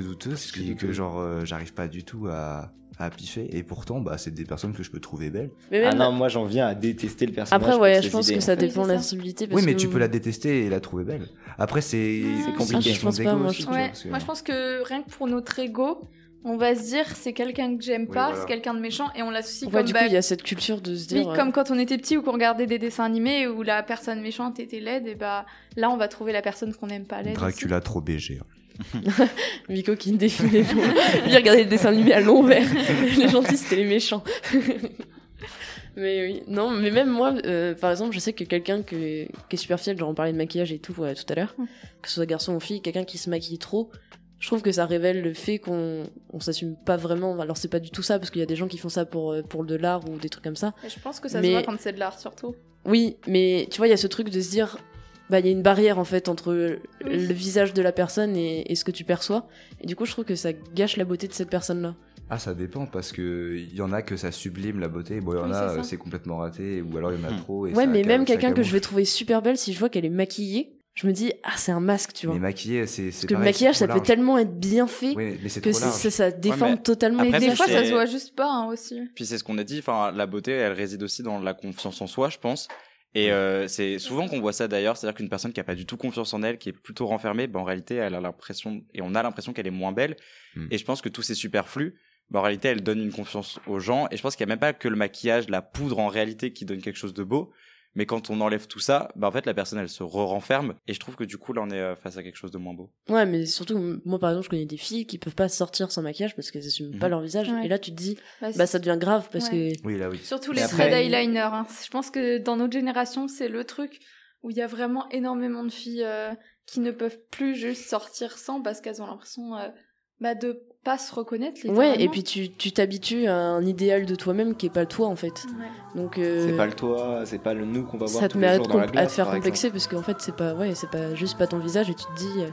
[SPEAKER 6] Plus
[SPEAKER 8] douteuses,
[SPEAKER 6] que
[SPEAKER 8] qui- que,
[SPEAKER 6] douteuses.
[SPEAKER 8] genre, euh, j'arrive pas du tout à, à piffer, et pourtant, bah, c'est des personnes que je peux trouver belles.
[SPEAKER 7] Mais
[SPEAKER 9] Ah
[SPEAKER 7] même,
[SPEAKER 9] non, moi j'en viens à détester le personnage.
[SPEAKER 7] bah après,
[SPEAKER 9] pour
[SPEAKER 7] ouais,
[SPEAKER 9] ses
[SPEAKER 7] je pense
[SPEAKER 9] idées.
[SPEAKER 7] que ça
[SPEAKER 10] fait.
[SPEAKER 7] dépend de
[SPEAKER 10] C'est
[SPEAKER 7] la
[SPEAKER 10] ça.
[SPEAKER 7] sensibilité. parce
[SPEAKER 8] Oui, mais
[SPEAKER 7] que-
[SPEAKER 8] tu peux la détester et la trouver belle. Après, c'est
[SPEAKER 10] C'est
[SPEAKER 8] c'est
[SPEAKER 9] compliqué.
[SPEAKER 8] une
[SPEAKER 9] Je
[SPEAKER 8] question
[SPEAKER 7] pense pas,
[SPEAKER 8] d'ego
[SPEAKER 7] moi,
[SPEAKER 8] aussi,
[SPEAKER 7] Ah, je-
[SPEAKER 8] tu vois,
[SPEAKER 10] Ouais.
[SPEAKER 8] parce que-
[SPEAKER 10] Moi, Ah, je pense que rien que pour notre ego, on va se dire c'est quelqu'un que j'aime
[SPEAKER 8] Oui,
[SPEAKER 10] pas,
[SPEAKER 8] voilà.
[SPEAKER 10] c'est quelqu'un de méchant, et on l'associe
[SPEAKER 7] Ouais,
[SPEAKER 10] comme,
[SPEAKER 7] du
[SPEAKER 10] bah,
[SPEAKER 7] coup, il y a cette culture de se
[SPEAKER 10] oui,
[SPEAKER 7] dire. euh,
[SPEAKER 10] comme quand on était petit ou qu'on regardait des dessins animés où la personne méchante était laide, et bah là, on va trouver la personne qu'on n'aime pas laide.
[SPEAKER 8] Dracula trop BG. hein.
[SPEAKER 7] Miko qui défile les gens. Lui, il regardait le dessin animé à l'envers. les gentils, c'était les méchants. Mais oui, non, mais même moi, euh, par exemple, je sais que quelqu'un que- qui est super fiel, genre on parlait de maquillage et tout euh, tout à l'heure, que ce soit garçon ou fille, quelqu'un qui se maquille trop, je trouve que ça révèle le fait qu'on on s'assume pas vraiment. Alors c'est pas du tout ça, parce qu'il y a des gens qui font ça pour, euh, pour de l'art ou des trucs comme ça.
[SPEAKER 10] Et je pense que ça
[SPEAKER 7] Mais-
[SPEAKER 10] se voit quand c'est de l'art surtout.
[SPEAKER 7] Oui, mais tu vois, il y a ce truc de se dire, bah, il y a une barrière en fait entre le-
[SPEAKER 10] Oui.
[SPEAKER 7] le visage de la personne et, et ce que tu perçois. Et du coup, je trouve que ça gâche la beauté de cette personne-là.
[SPEAKER 8] Ah, ça dépend parce que il y en a que ça sublime la beauté, bon il y
[SPEAKER 10] Oui,
[SPEAKER 8] en a
[SPEAKER 10] c'est ça.
[SPEAKER 8] euh, c'est complètement raté, ou alors il y en a
[SPEAKER 6] Hmm.
[SPEAKER 8] trop. Et
[SPEAKER 7] ouais,
[SPEAKER 8] ça
[SPEAKER 7] mais
[SPEAKER 8] ca-
[SPEAKER 7] même
[SPEAKER 8] ça
[SPEAKER 7] quelqu'un que je vais
[SPEAKER 8] camoufle.
[SPEAKER 7] trouver super belle, si je vois qu'elle est maquillée, je me dis, ah, c'est un masque, tu vois.
[SPEAKER 8] Mais maquiller, c'est c'est
[SPEAKER 7] Parce que le
[SPEAKER 8] pareil,
[SPEAKER 7] maquillage,
[SPEAKER 8] c'est
[SPEAKER 7] ça
[SPEAKER 8] trop
[SPEAKER 7] peut
[SPEAKER 8] large.
[SPEAKER 7] tellement être bien fait
[SPEAKER 8] Oui, mais c'est
[SPEAKER 7] que
[SPEAKER 8] trop
[SPEAKER 7] ça,
[SPEAKER 8] large.
[SPEAKER 7] ça, ça déforme
[SPEAKER 6] mais
[SPEAKER 7] totalement
[SPEAKER 6] après,
[SPEAKER 7] les
[SPEAKER 10] Des
[SPEAKER 6] ça,
[SPEAKER 10] fois,
[SPEAKER 6] c'est-
[SPEAKER 10] ça se voit juste pas hein, aussi.
[SPEAKER 6] Puis c'est ce qu'on a dit, enfin, la beauté, elle réside aussi dans la confiance en soi, je pense. Et euh, c'est souvent qu'on voit ça d'ailleurs, c'est-à-dire qu'une personne qui a pas du tout confiance en elle, qui est plutôt renfermée, ben, en réalité, elle a l'impression, et on a l'impression qu'elle est moins belle.
[SPEAKER 8] Mm.
[SPEAKER 6] Et je pense que tous ces superflus, ben, en réalité, elle donne une confiance aux gens. Et je pense qu'il n'y a même pas que le maquillage, la poudre en réalité qui donne quelque chose de beau. Mais quand on enlève tout ça, ben, en fait, la personne, elle se re-renferme. Et je trouve que du coup, là, on est euh, face à quelque chose de moins beau.
[SPEAKER 7] Ouais, mais surtout, m- moi par exemple, je connais des filles qui peuvent pas sortir sans maquillage parce qu'elles assument pas
[SPEAKER 6] Mhm.
[SPEAKER 7] leur visage.
[SPEAKER 10] Ouais.
[SPEAKER 7] Et là, tu te dis,
[SPEAKER 10] c'est-
[SPEAKER 7] bah, ça devient grave parce
[SPEAKER 10] Ouais.
[SPEAKER 7] que.
[SPEAKER 8] Oui, là oui.
[SPEAKER 10] Surtout
[SPEAKER 6] Mais
[SPEAKER 10] les
[SPEAKER 6] après-
[SPEAKER 10] traits d'eyeliner. hein. Je pense que dans notre génération, c'est le truc où il y a vraiment énormément de filles euh, qui ne peuvent plus juste sortir sans parce qu'elles ont l'impression euh, bah, de pas se reconnaître.
[SPEAKER 7] Ouais, et
[SPEAKER 10] littéralement.
[SPEAKER 7] puis tu tu t'habitues à un idéal de toi-même qui est pas le toi en fait.
[SPEAKER 10] Ouais.
[SPEAKER 7] Donc. euh,
[SPEAKER 9] C'est pas le toit, c'est pas le nous qu'on va voir
[SPEAKER 7] ça te
[SPEAKER 9] tous
[SPEAKER 7] met
[SPEAKER 9] les
[SPEAKER 7] à,
[SPEAKER 9] jours
[SPEAKER 7] te
[SPEAKER 9] dans la
[SPEAKER 7] compl- à
[SPEAKER 9] glace,
[SPEAKER 7] te faire
[SPEAKER 9] par
[SPEAKER 7] complexer parce qu'en fait c'est pas ouais c'est pas juste pas ton visage et tu te dis euh,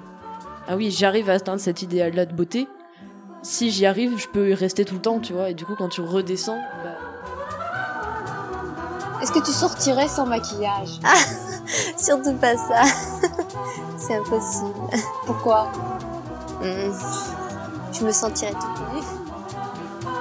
[SPEAKER 7] ah oui j'arrive à atteindre cet idéal là de beauté si j'y arrive je peux y rester tout le temps tu vois et du coup quand tu redescends bah,
[SPEAKER 11] Est-ce que tu sortirais sans maquillage
[SPEAKER 12] Ah, [LAUGHS] Surtout pas ça. [LAUGHS] C'est impossible.
[SPEAKER 11] Pourquoi
[SPEAKER 12] Hmm. Je me sentirais toute nue.
[SPEAKER 7] euh,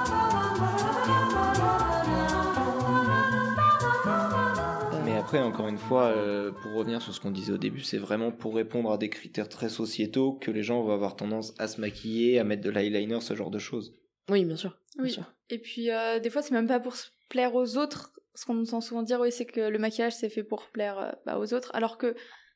[SPEAKER 9] exemple. Mais après, encore une fois, euh, pour revenir sur ce qu'on disait au début, c'est vraiment pour répondre à des critères très sociétaux que les gens vont avoir tendance à se maquiller, à mettre de l'eyeliner, ce genre de choses.
[SPEAKER 7] oui bien sûr bien
[SPEAKER 10] Oui.
[SPEAKER 7] sûr.
[SPEAKER 10] Et puis euh, des fois, c'est même pas pour se plaire aux autres. Ce qu'on entend souvent dire, oui, c'est que le maquillage, c'est fait pour plaire euh, bah, aux autres. Alors que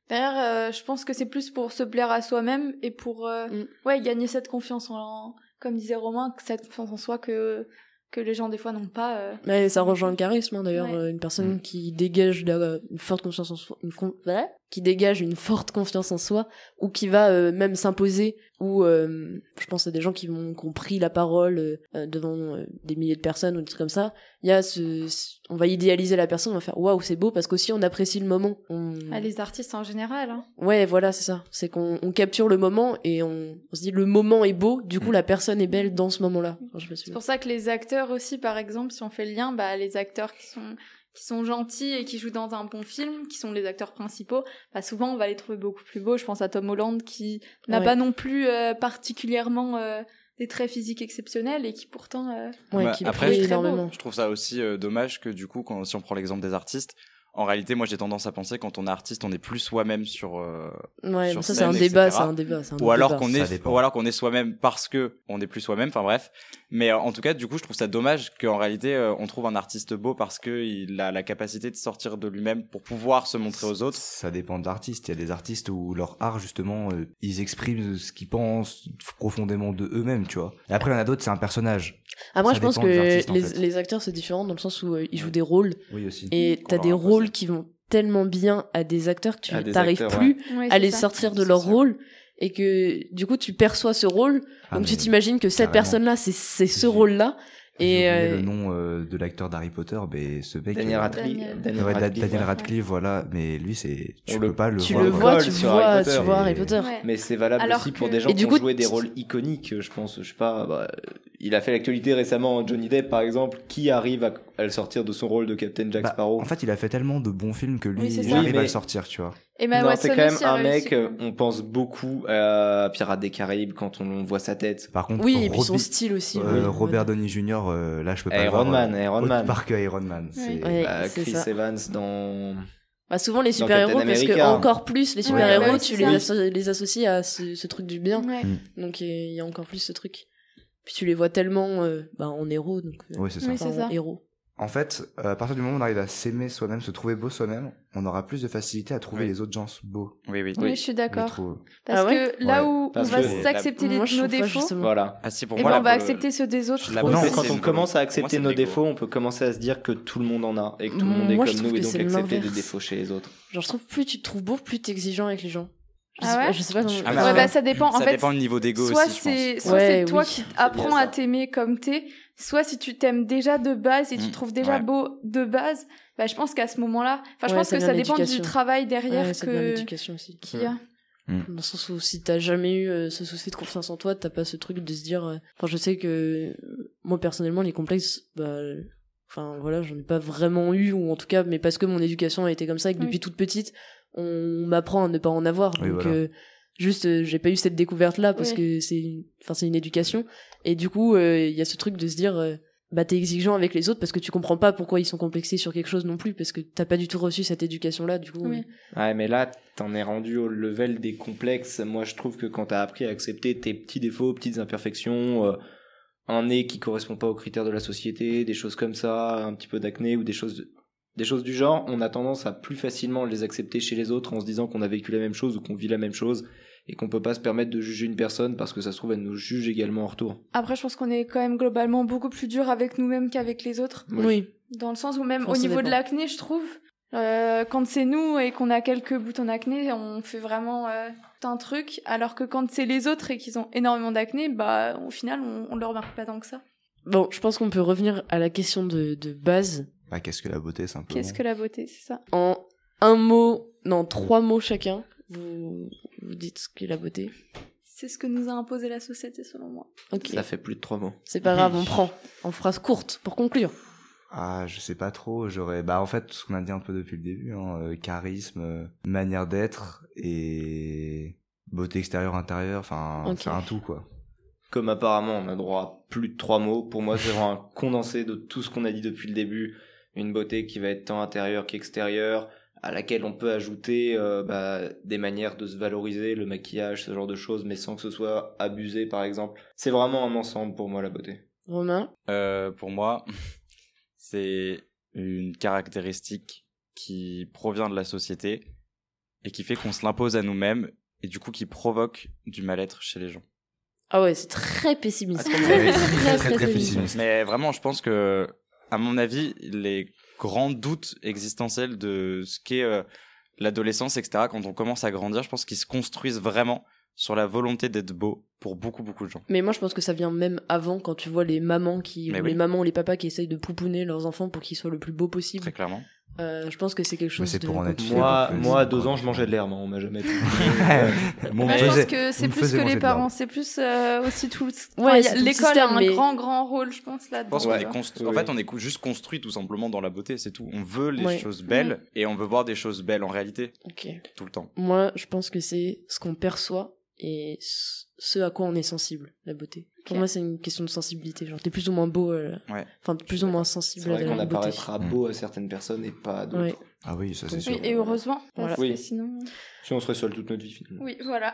[SPEAKER 10] derrière, euh, je pense que c'est plus pour se plaire à soi-même et pour euh,
[SPEAKER 7] Mm.
[SPEAKER 10] ouais, gagner cette confiance en, comme disait Romain, que cette confiance en soi que, que les gens des fois n'ont pas. euh.
[SPEAKER 7] Ouais, ça rejoint le charisme hein, d'ailleurs
[SPEAKER 10] Ouais.
[SPEAKER 7] euh, une personne
[SPEAKER 6] Mm.
[SPEAKER 7] qui dégage de la- une forte confiance en soi une con- voilà, qui dégage une forte confiance en soi ou qui va euh, même s'imposer ou euh, je pense à des gens qui ont qui ont pris la parole euh, euh, devant euh, des milliers de personnes ou des trucs comme ça il y a ce, ce- on va idéaliser la personne on va faire waouh c'est beau parce qu'aussi on apprécie le moment on...
[SPEAKER 10] Ah, les artistes en général. Hein.
[SPEAKER 7] ouais voilà c'est ça c'est qu'on on capture le moment et on, on se dit le moment est beau du
[SPEAKER 6] Mm.
[SPEAKER 7] coup la personne est belle dans ce moment là
[SPEAKER 10] C'est pour ça que les acteurs aussi, par exemple, si on fait le lien, bah, les acteurs qui sont, qui sont gentils et qui jouent dans un bon film, qui sont les acteurs principaux, bah, souvent on va les trouver beaucoup plus beaux. Je pense à Tom Holland qui n'a
[SPEAKER 7] Ouais.
[SPEAKER 10] pas non plus euh, particulièrement euh, des traits physiques exceptionnels et qui pourtant... euh,
[SPEAKER 7] ouais,
[SPEAKER 6] Bah,
[SPEAKER 7] qui
[SPEAKER 6] après,
[SPEAKER 7] plaît
[SPEAKER 10] je- Très beau.
[SPEAKER 7] énormément
[SPEAKER 6] Je trouve ça aussi euh, dommage que du coup, quand, si on prend l'exemple des artistes, en réalité, moi j'ai tendance à penser quand on est artiste, on est plus soi-même sur. euh,
[SPEAKER 7] Ouais,
[SPEAKER 6] sur
[SPEAKER 7] mais ça c'est
[SPEAKER 6] scène,
[SPEAKER 7] un débat,
[SPEAKER 6] etc.
[SPEAKER 7] c'est un débat, c'est un
[SPEAKER 6] ou, alors
[SPEAKER 7] débat.
[SPEAKER 6] qu'on
[SPEAKER 8] Ça
[SPEAKER 6] est,
[SPEAKER 8] dépend.
[SPEAKER 6] ou alors qu'on est soi-même parce que on est plus soi-même, enfin bref. Mais euh, en tout cas, du coup, je trouve ça dommage qu'en réalité, euh, on trouve un artiste beau parce qu'il a la capacité de sortir de lui-même pour pouvoir se montrer aux autres.
[SPEAKER 8] Ça dépend de l'artiste. Il y a des artistes où leur art, justement, euh, ils expriment ce qu'ils pensent profondément de eux-mêmes, tu vois. Et après, il y en a d'autres, c'est un personnage.
[SPEAKER 7] Ah moi
[SPEAKER 8] Ça
[SPEAKER 7] je pense
[SPEAKER 8] dépend
[SPEAKER 7] que
[SPEAKER 8] des
[SPEAKER 7] les,
[SPEAKER 8] artistes, en fait.
[SPEAKER 7] les acteurs c'est différent dans le sens où euh, ils jouent des rôles
[SPEAKER 8] Oui, aussi.
[SPEAKER 7] et
[SPEAKER 6] Qu'on
[SPEAKER 7] t'as
[SPEAKER 6] leur
[SPEAKER 7] des
[SPEAKER 6] impose.
[SPEAKER 7] rôles qui vont tellement bien à des acteurs que
[SPEAKER 9] À
[SPEAKER 7] tu
[SPEAKER 9] des
[SPEAKER 7] t'arrives
[SPEAKER 9] acteurs,
[SPEAKER 7] plus
[SPEAKER 10] ouais,
[SPEAKER 7] à
[SPEAKER 10] c'est
[SPEAKER 7] les
[SPEAKER 10] ça.
[SPEAKER 7] sortir de
[SPEAKER 6] C'est
[SPEAKER 7] leur
[SPEAKER 6] ça.
[SPEAKER 7] rôle et que du coup tu perçois ce rôle
[SPEAKER 8] Ah,
[SPEAKER 7] donc
[SPEAKER 8] mais
[SPEAKER 7] tu t'imagines que cette
[SPEAKER 8] carrément.
[SPEAKER 7] personne là c'est c'est ce
[SPEAKER 8] J'ai-
[SPEAKER 7] rôle là
[SPEAKER 8] j'ai
[SPEAKER 7] et
[SPEAKER 8] oublié
[SPEAKER 7] euh,
[SPEAKER 8] le nom euh, de l'acteur d'Harry Potter, mais ce mec.
[SPEAKER 9] Daniel
[SPEAKER 8] euh,
[SPEAKER 9] Radcliffe.
[SPEAKER 10] Daniel-
[SPEAKER 9] Daniel
[SPEAKER 8] ouais, Da-
[SPEAKER 9] Radcliffe,
[SPEAKER 8] Daniel
[SPEAKER 9] ouais.
[SPEAKER 8] Radcliffe, voilà, mais lui, c'est. Tu
[SPEAKER 9] On
[SPEAKER 8] peux
[SPEAKER 9] le-
[SPEAKER 8] pas le
[SPEAKER 7] tu
[SPEAKER 8] voir.
[SPEAKER 7] le
[SPEAKER 8] quoi.
[SPEAKER 7] vois
[SPEAKER 9] colle
[SPEAKER 7] tu
[SPEAKER 9] sur
[SPEAKER 7] vois
[SPEAKER 9] Harry
[SPEAKER 7] tu
[SPEAKER 9] Potter
[SPEAKER 7] vois Harry
[SPEAKER 8] et-
[SPEAKER 7] Potter
[SPEAKER 10] Ouais.
[SPEAKER 9] Mais c'est valable
[SPEAKER 10] Alors
[SPEAKER 9] aussi
[SPEAKER 10] que-
[SPEAKER 9] pour des gens
[SPEAKER 7] Et du
[SPEAKER 9] qui ont
[SPEAKER 7] coup,
[SPEAKER 9] joué des
[SPEAKER 7] tu-
[SPEAKER 9] rôles iconiques, je pense. Je sais pas, bah, il a fait l'actualité récemment, Johnny Depp par exemple, qui arrive à, à le sortir de son rôle de Captain Jack
[SPEAKER 8] Bah,
[SPEAKER 9] Sparrow.
[SPEAKER 8] En fait, il a fait tellement de bons films que lui,
[SPEAKER 10] Oui, c'est
[SPEAKER 8] il
[SPEAKER 10] ça.
[SPEAKER 8] arrive
[SPEAKER 9] Oui,
[SPEAKER 8] à
[SPEAKER 9] mais-
[SPEAKER 8] le sortir, tu vois.
[SPEAKER 10] Emma
[SPEAKER 9] non,
[SPEAKER 10] Watson
[SPEAKER 9] c'est quand même
[SPEAKER 10] aussi a
[SPEAKER 9] un
[SPEAKER 10] réussi,
[SPEAKER 9] mec,
[SPEAKER 10] quoi.
[SPEAKER 9] euh, on pense beaucoup à Pirates des Caraïbes quand on voit sa tête.
[SPEAKER 8] Par contre,
[SPEAKER 7] oui et puis son
[SPEAKER 8] Robbie-
[SPEAKER 7] style aussi
[SPEAKER 8] euh,
[SPEAKER 7] oui.
[SPEAKER 8] Robert Downey Jr., euh, là, je peux pas le
[SPEAKER 9] Iron
[SPEAKER 8] voir.
[SPEAKER 9] Man,
[SPEAKER 8] euh,
[SPEAKER 9] Iron
[SPEAKER 8] autre
[SPEAKER 9] Man.
[SPEAKER 8] part que Iron Man. c'est-
[SPEAKER 7] Ouais,
[SPEAKER 9] Bah,
[SPEAKER 7] c'est
[SPEAKER 9] Chris
[SPEAKER 7] ça.
[SPEAKER 9] Evans dans.
[SPEAKER 7] Bah, souvent les
[SPEAKER 9] Dans
[SPEAKER 7] super héros
[SPEAKER 9] Captain
[SPEAKER 7] parce que
[SPEAKER 9] America. hein.
[SPEAKER 7] encore plus
[SPEAKER 10] Ouais,
[SPEAKER 7] les super héros
[SPEAKER 10] ouais,
[SPEAKER 7] tu
[SPEAKER 10] c'est
[SPEAKER 7] les,
[SPEAKER 10] ça.
[SPEAKER 7] asso- les associes à ce, ce truc du bien
[SPEAKER 10] Ouais.
[SPEAKER 9] Mm.
[SPEAKER 7] Donc il y a- il y a encore plus ce truc. Puis tu les vois tellement euh, bah, en héros, donc euh,
[SPEAKER 8] Ouais, c'est ça.
[SPEAKER 10] Oui, c'est
[SPEAKER 7] enfin, en
[SPEAKER 10] ça.
[SPEAKER 7] héros.
[SPEAKER 8] En fait, euh, à partir du moment où on arrive à s'aimer soi-même, se trouver beau soi-même, on aura plus de facilité à trouver
[SPEAKER 6] Oui.
[SPEAKER 8] les autres gens beaux.
[SPEAKER 6] Oui, oui.
[SPEAKER 10] Oui, je suis d'accord.
[SPEAKER 8] Je trouve.
[SPEAKER 10] Parce
[SPEAKER 7] Ah ouais
[SPEAKER 10] que là
[SPEAKER 8] Ouais,
[SPEAKER 10] où on
[SPEAKER 8] parce
[SPEAKER 10] va
[SPEAKER 8] que-
[SPEAKER 10] s'accepter les-
[SPEAKER 7] Moi, je
[SPEAKER 10] nos
[SPEAKER 7] trouve pas,
[SPEAKER 10] défauts,
[SPEAKER 7] justement.
[SPEAKER 9] Voilà.
[SPEAKER 6] Ah si, pour
[SPEAKER 10] et
[SPEAKER 6] moi,
[SPEAKER 10] ben
[SPEAKER 6] là,
[SPEAKER 10] on va
[SPEAKER 6] pour le-
[SPEAKER 10] accepter ceux des autres.
[SPEAKER 6] je
[SPEAKER 10] je
[SPEAKER 6] la
[SPEAKER 10] trouve.
[SPEAKER 6] Non,
[SPEAKER 9] Non,
[SPEAKER 6] mais
[SPEAKER 9] quand
[SPEAKER 6] c'est
[SPEAKER 9] on
[SPEAKER 6] une-
[SPEAKER 9] commence à
[SPEAKER 6] moi,
[SPEAKER 9] accepter
[SPEAKER 6] c'est de
[SPEAKER 9] nos
[SPEAKER 6] l'ego.
[SPEAKER 9] défauts, on peut commencer à se dire que tout le monde en a et que tout le
[SPEAKER 7] Moi,
[SPEAKER 9] monde est
[SPEAKER 7] je
[SPEAKER 9] comme
[SPEAKER 7] trouve
[SPEAKER 9] nous
[SPEAKER 7] que
[SPEAKER 9] et donc
[SPEAKER 7] c'est
[SPEAKER 9] accepter les
[SPEAKER 7] l'inverse.
[SPEAKER 9] défauts chez les autres.
[SPEAKER 7] Genre, je trouve plus tu te trouves beau, plus t'es exigeant avec les gens. Je
[SPEAKER 10] Ah
[SPEAKER 7] sais pas,
[SPEAKER 10] ouais
[SPEAKER 7] je sais pas comment.
[SPEAKER 6] Ah, mais
[SPEAKER 10] Ouais, bah,
[SPEAKER 6] ça va.
[SPEAKER 10] ça dépend. En
[SPEAKER 6] ça
[SPEAKER 10] fait,
[SPEAKER 6] dépend du niveau d'ego
[SPEAKER 10] soit
[SPEAKER 6] aussi, je
[SPEAKER 10] c'est
[SPEAKER 6] pense.
[SPEAKER 10] soit
[SPEAKER 7] Ouais,
[SPEAKER 10] c'est toi
[SPEAKER 7] oui.
[SPEAKER 10] qui apprends
[SPEAKER 9] bien
[SPEAKER 10] à
[SPEAKER 9] ça.
[SPEAKER 10] t'aimer comme t'es, soit si tu t'aimes déjà de base et tu
[SPEAKER 6] Mm,
[SPEAKER 10] te trouves déjà
[SPEAKER 6] ouais.
[SPEAKER 10] beau de base, bah, je pense qu'à ce moment-là, enfin, je
[SPEAKER 7] Ouais,
[SPEAKER 10] pense
[SPEAKER 7] ça
[SPEAKER 10] que
[SPEAKER 7] vient
[SPEAKER 10] ça
[SPEAKER 7] de
[SPEAKER 10] dépend du
[SPEAKER 7] l'éducation.
[SPEAKER 10] travail derrière
[SPEAKER 7] Ouais, ça devient
[SPEAKER 10] que
[SPEAKER 7] l'éducation aussi.
[SPEAKER 10] qu'il y a.
[SPEAKER 8] Mm.
[SPEAKER 7] Dans le sens où si t'as jamais eu euh, ce souci de confiance en toi, t'as pas ce truc de se dire. euh, Enfin, je sais que euh, moi personnellement, les complexes, bah, euh, enfin voilà, j'en ai pas vraiment eu, ou en tout cas, mais parce que mon éducation a été comme ça, et que
[SPEAKER 10] Oui.
[SPEAKER 7] depuis toute petite, on m'apprend à ne pas en avoir.
[SPEAKER 8] Oui,
[SPEAKER 7] donc
[SPEAKER 8] voilà.
[SPEAKER 7] euh, juste, euh, j'ai pas eu cette découverte là parce
[SPEAKER 10] Oui.
[SPEAKER 7] que c'est, une- enfin c'est une éducation, et du coup, euh, il y a ce truc de se dire. euh, bah t'es exigeant avec les autres parce que tu comprends pas pourquoi ils sont complexés sur quelque chose non plus parce que t'as pas du tout reçu cette éducation là du coup
[SPEAKER 10] Oui.
[SPEAKER 9] Ouais, mais là, t'en es rendu au level des complexes. Moi, je trouve que quand t'as appris à accepter tes petits défauts, petites imperfections, euh, un nez qui correspond pas aux critères de la société, des choses comme ça, un petit peu d'acné ou des choses, des choses du genre, on a tendance à plus facilement les accepter chez les autres en se disant qu'on a vécu la même chose ou qu'on vit la même chose et qu'on peut pas se permettre de juger une personne parce que ça se trouve, elle nous juge également en retour.
[SPEAKER 10] Après, je pense qu'on est quand même globalement beaucoup plus dur avec nous-mêmes qu'avec les autres.
[SPEAKER 9] Oui.
[SPEAKER 7] oui.
[SPEAKER 10] Dans le sens où même
[SPEAKER 7] Enfin,
[SPEAKER 10] au
[SPEAKER 7] ça
[SPEAKER 10] niveau de
[SPEAKER 7] dépend.
[SPEAKER 10] l'acné, je trouve, euh, quand c'est nous et qu'on a quelques boutons d'acné, on fait vraiment euh, tout un truc. Alors que quand c'est les autres et qu'ils ont énormément d'acné, bah au final, on, on le remarque pas tant que ça.
[SPEAKER 7] Bon, je pense qu'on peut revenir à la question de, de base.
[SPEAKER 8] Bah, qu'est-ce que la beauté, simplement
[SPEAKER 10] Qu'est-ce que la beauté, c'est ça
[SPEAKER 7] En un mot, non, trois mots chacun, vous, vous dites ce qu'est la beauté.
[SPEAKER 10] C'est ce que nous a imposé la société, selon moi.
[SPEAKER 7] Ok,
[SPEAKER 9] Ça fait plus de trois mots.
[SPEAKER 7] c'est
[SPEAKER 9] [LAUGHS]
[SPEAKER 7] pas grave, on prend en phrase courte pour conclure.
[SPEAKER 8] Ah, je sais pas trop. J'aurais, bah, en fait, tout ce qu'on a dit un peu depuis le début, hein, euh, charisme, euh, manière d'être et beauté extérieure, intérieure. Enfin,
[SPEAKER 7] Ok.
[SPEAKER 8] c'est un
[SPEAKER 10] [LAUGHS]
[SPEAKER 8] tout, quoi.
[SPEAKER 9] Comme apparemment on a droit à plus de trois mots, pour moi c'est vraiment un condensé de tout ce qu'on a dit depuis le début. Une beauté qui va être tant intérieure qu'extérieure, à laquelle on peut ajouter euh, bah, des manières de se valoriser, le maquillage, ce genre de choses, mais sans que ce soit abusé par exemple. C'est vraiment un ensemble pour moi la beauté.
[SPEAKER 7] Romain,
[SPEAKER 6] Euh, pour moi, [LAUGHS] c'est une caractéristique qui provient de la société et qui fait qu'on se l'impose à nous-mêmes et du coup qui provoque du mal-être chez les gens.
[SPEAKER 7] ah ouais, c'est très pessimiste.
[SPEAKER 6] Ah, très
[SPEAKER 8] très, très, très pessimiste.
[SPEAKER 6] Mais vraiment, je pense que, à mon avis, les grands doutes existentiels de ce qu'est euh, l'adolescence, etc., quand on commence à grandir, je pense qu'ils se construisent vraiment sur la volonté d'être beau pour beaucoup, beaucoup de gens.
[SPEAKER 7] Mais moi, je pense que ça vient même avant quand tu vois les mamans qui,
[SPEAKER 6] Mais
[SPEAKER 7] ou
[SPEAKER 6] oui.
[SPEAKER 7] les mamans ou les papas qui essayent de pouponner leurs enfants pour qu'ils soient le plus beau possible.
[SPEAKER 6] Très clairement.
[SPEAKER 7] Euh, je pense que c'est quelque chose.
[SPEAKER 8] c'est
[SPEAKER 7] de
[SPEAKER 8] pour en être
[SPEAKER 7] compliqué.
[SPEAKER 8] fier. Moi-
[SPEAKER 9] Moi,
[SPEAKER 8] donc, euh, moi,
[SPEAKER 9] moi
[SPEAKER 8] c'est
[SPEAKER 9] à
[SPEAKER 8] à deux
[SPEAKER 9] deux
[SPEAKER 8] quoi.
[SPEAKER 9] ans je mangeais de l'air, on m'a jamais
[SPEAKER 8] Bon,
[SPEAKER 10] Bah,
[SPEAKER 8] me
[SPEAKER 10] je pense
[SPEAKER 8] faisait-
[SPEAKER 10] que c'est
[SPEAKER 8] on me
[SPEAKER 10] plus que
[SPEAKER 8] faisait manger
[SPEAKER 10] les
[SPEAKER 8] de l'herbe.
[SPEAKER 10] parents, c'est plus euh, aussi tout le.
[SPEAKER 7] Ouais,
[SPEAKER 10] enfin, y a-
[SPEAKER 7] c'est tout le
[SPEAKER 10] L'école a
[SPEAKER 7] système,
[SPEAKER 10] un
[SPEAKER 7] mais-
[SPEAKER 10] grand, grand rôle, je pense,
[SPEAKER 6] Je
[SPEAKER 10] là-dedans.
[SPEAKER 6] pense qu'on
[SPEAKER 9] Ouais.
[SPEAKER 6] est construit.
[SPEAKER 9] Oui.
[SPEAKER 6] En fait, on est cou- juste construit tout simplement dans la beauté, c'est tout. On veut les
[SPEAKER 7] Ouais.
[SPEAKER 6] choses belles et on veut voir des choses belles en réalité
[SPEAKER 7] Ok.
[SPEAKER 6] tout le temps.
[SPEAKER 7] Moi, je pense que c'est ce qu'on perçoit et ce ce à quoi on est sensible, la beauté. Pour
[SPEAKER 10] Ok.
[SPEAKER 7] moi, c'est une question de sensibilité. Genre, t'es plus ou moins beau, euh,
[SPEAKER 6] Ouais.
[SPEAKER 7] enfin, t'es plus ou moins sensible
[SPEAKER 9] C'est vrai
[SPEAKER 7] à
[SPEAKER 9] qu'on
[SPEAKER 7] la beauté.
[SPEAKER 9] apparaîtra beau à certaines personnes et pas à d'autres.
[SPEAKER 7] Ouais.
[SPEAKER 8] Ah oui, ça c'est
[SPEAKER 7] Donc,
[SPEAKER 8] sûr.
[SPEAKER 10] Oui, et heureusement,
[SPEAKER 7] Voilà.
[SPEAKER 10] parce que
[SPEAKER 9] Oui.
[SPEAKER 10] sinon.
[SPEAKER 9] hein.
[SPEAKER 10] euh.
[SPEAKER 9] Si on serait seul toute notre vie finalement.
[SPEAKER 10] Oui, voilà.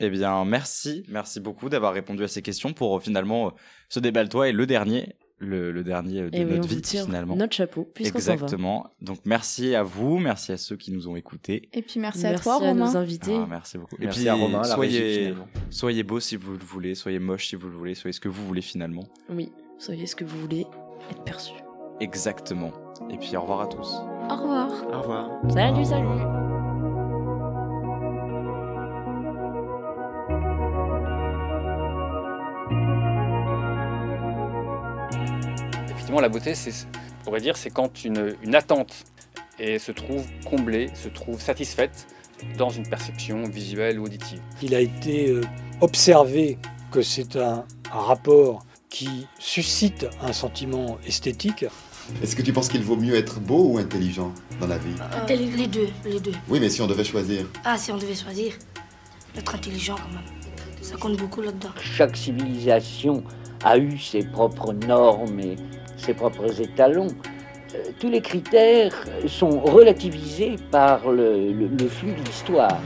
[SPEAKER 6] Eh bien, merci, merci beaucoup d'avoir répondu à ces questions pour euh, finalement euh, ce débat toi et le dernier, le, le dernier euh, de
[SPEAKER 7] Et Eh oui, on
[SPEAKER 6] notre
[SPEAKER 7] vous
[SPEAKER 6] vie
[SPEAKER 7] tire
[SPEAKER 6] finalement.
[SPEAKER 7] notre chapeau, puisqu'on s'en va.
[SPEAKER 6] Exactement. Donc merci à vous, merci à ceux qui nous ont écoutés.
[SPEAKER 10] Et puis merci, à
[SPEAKER 7] Merci
[SPEAKER 10] toi,
[SPEAKER 7] à
[SPEAKER 10] Romain.
[SPEAKER 7] nos invités.
[SPEAKER 6] Ah, merci beaucoup.
[SPEAKER 9] Merci
[SPEAKER 6] et puis
[SPEAKER 9] à Romain, à la régie,
[SPEAKER 6] soyez,
[SPEAKER 9] finalement.
[SPEAKER 6] soyez beau si vous le voulez, soyez moche si vous le voulez, soyez ce que vous voulez finalement.
[SPEAKER 7] Oui, soyez ce que vous voulez être perçu.
[SPEAKER 6] Exactement. Et puis au revoir à tous.
[SPEAKER 10] Au revoir.
[SPEAKER 9] Au revoir.
[SPEAKER 7] Salut, salut.
[SPEAKER 1] Effectivement, la beauté, c'est, on pourrait dire, c'est quand une, une attente et se trouve comblée, se trouve satisfaite dans une perception visuelle ou auditive.
[SPEAKER 2] Il a été euh, observé que c'est un, un rapport qui suscite un sentiment esthétique.
[SPEAKER 3] Est-ce que tu penses qu'il vaut mieux être beau ou intelligent dans la vie
[SPEAKER 4] Ah, Les, les deux, les deux.
[SPEAKER 3] Oui, mais si on devait choisir.
[SPEAKER 4] Ah, si on devait choisir, être intelligent quand même. Ça compte beaucoup là-dedans.
[SPEAKER 5] Chaque civilisation a eu ses propres normes et ses propres étalons. Euh, Tous les critères sont relativisés par le, le- le flux de l'histoire.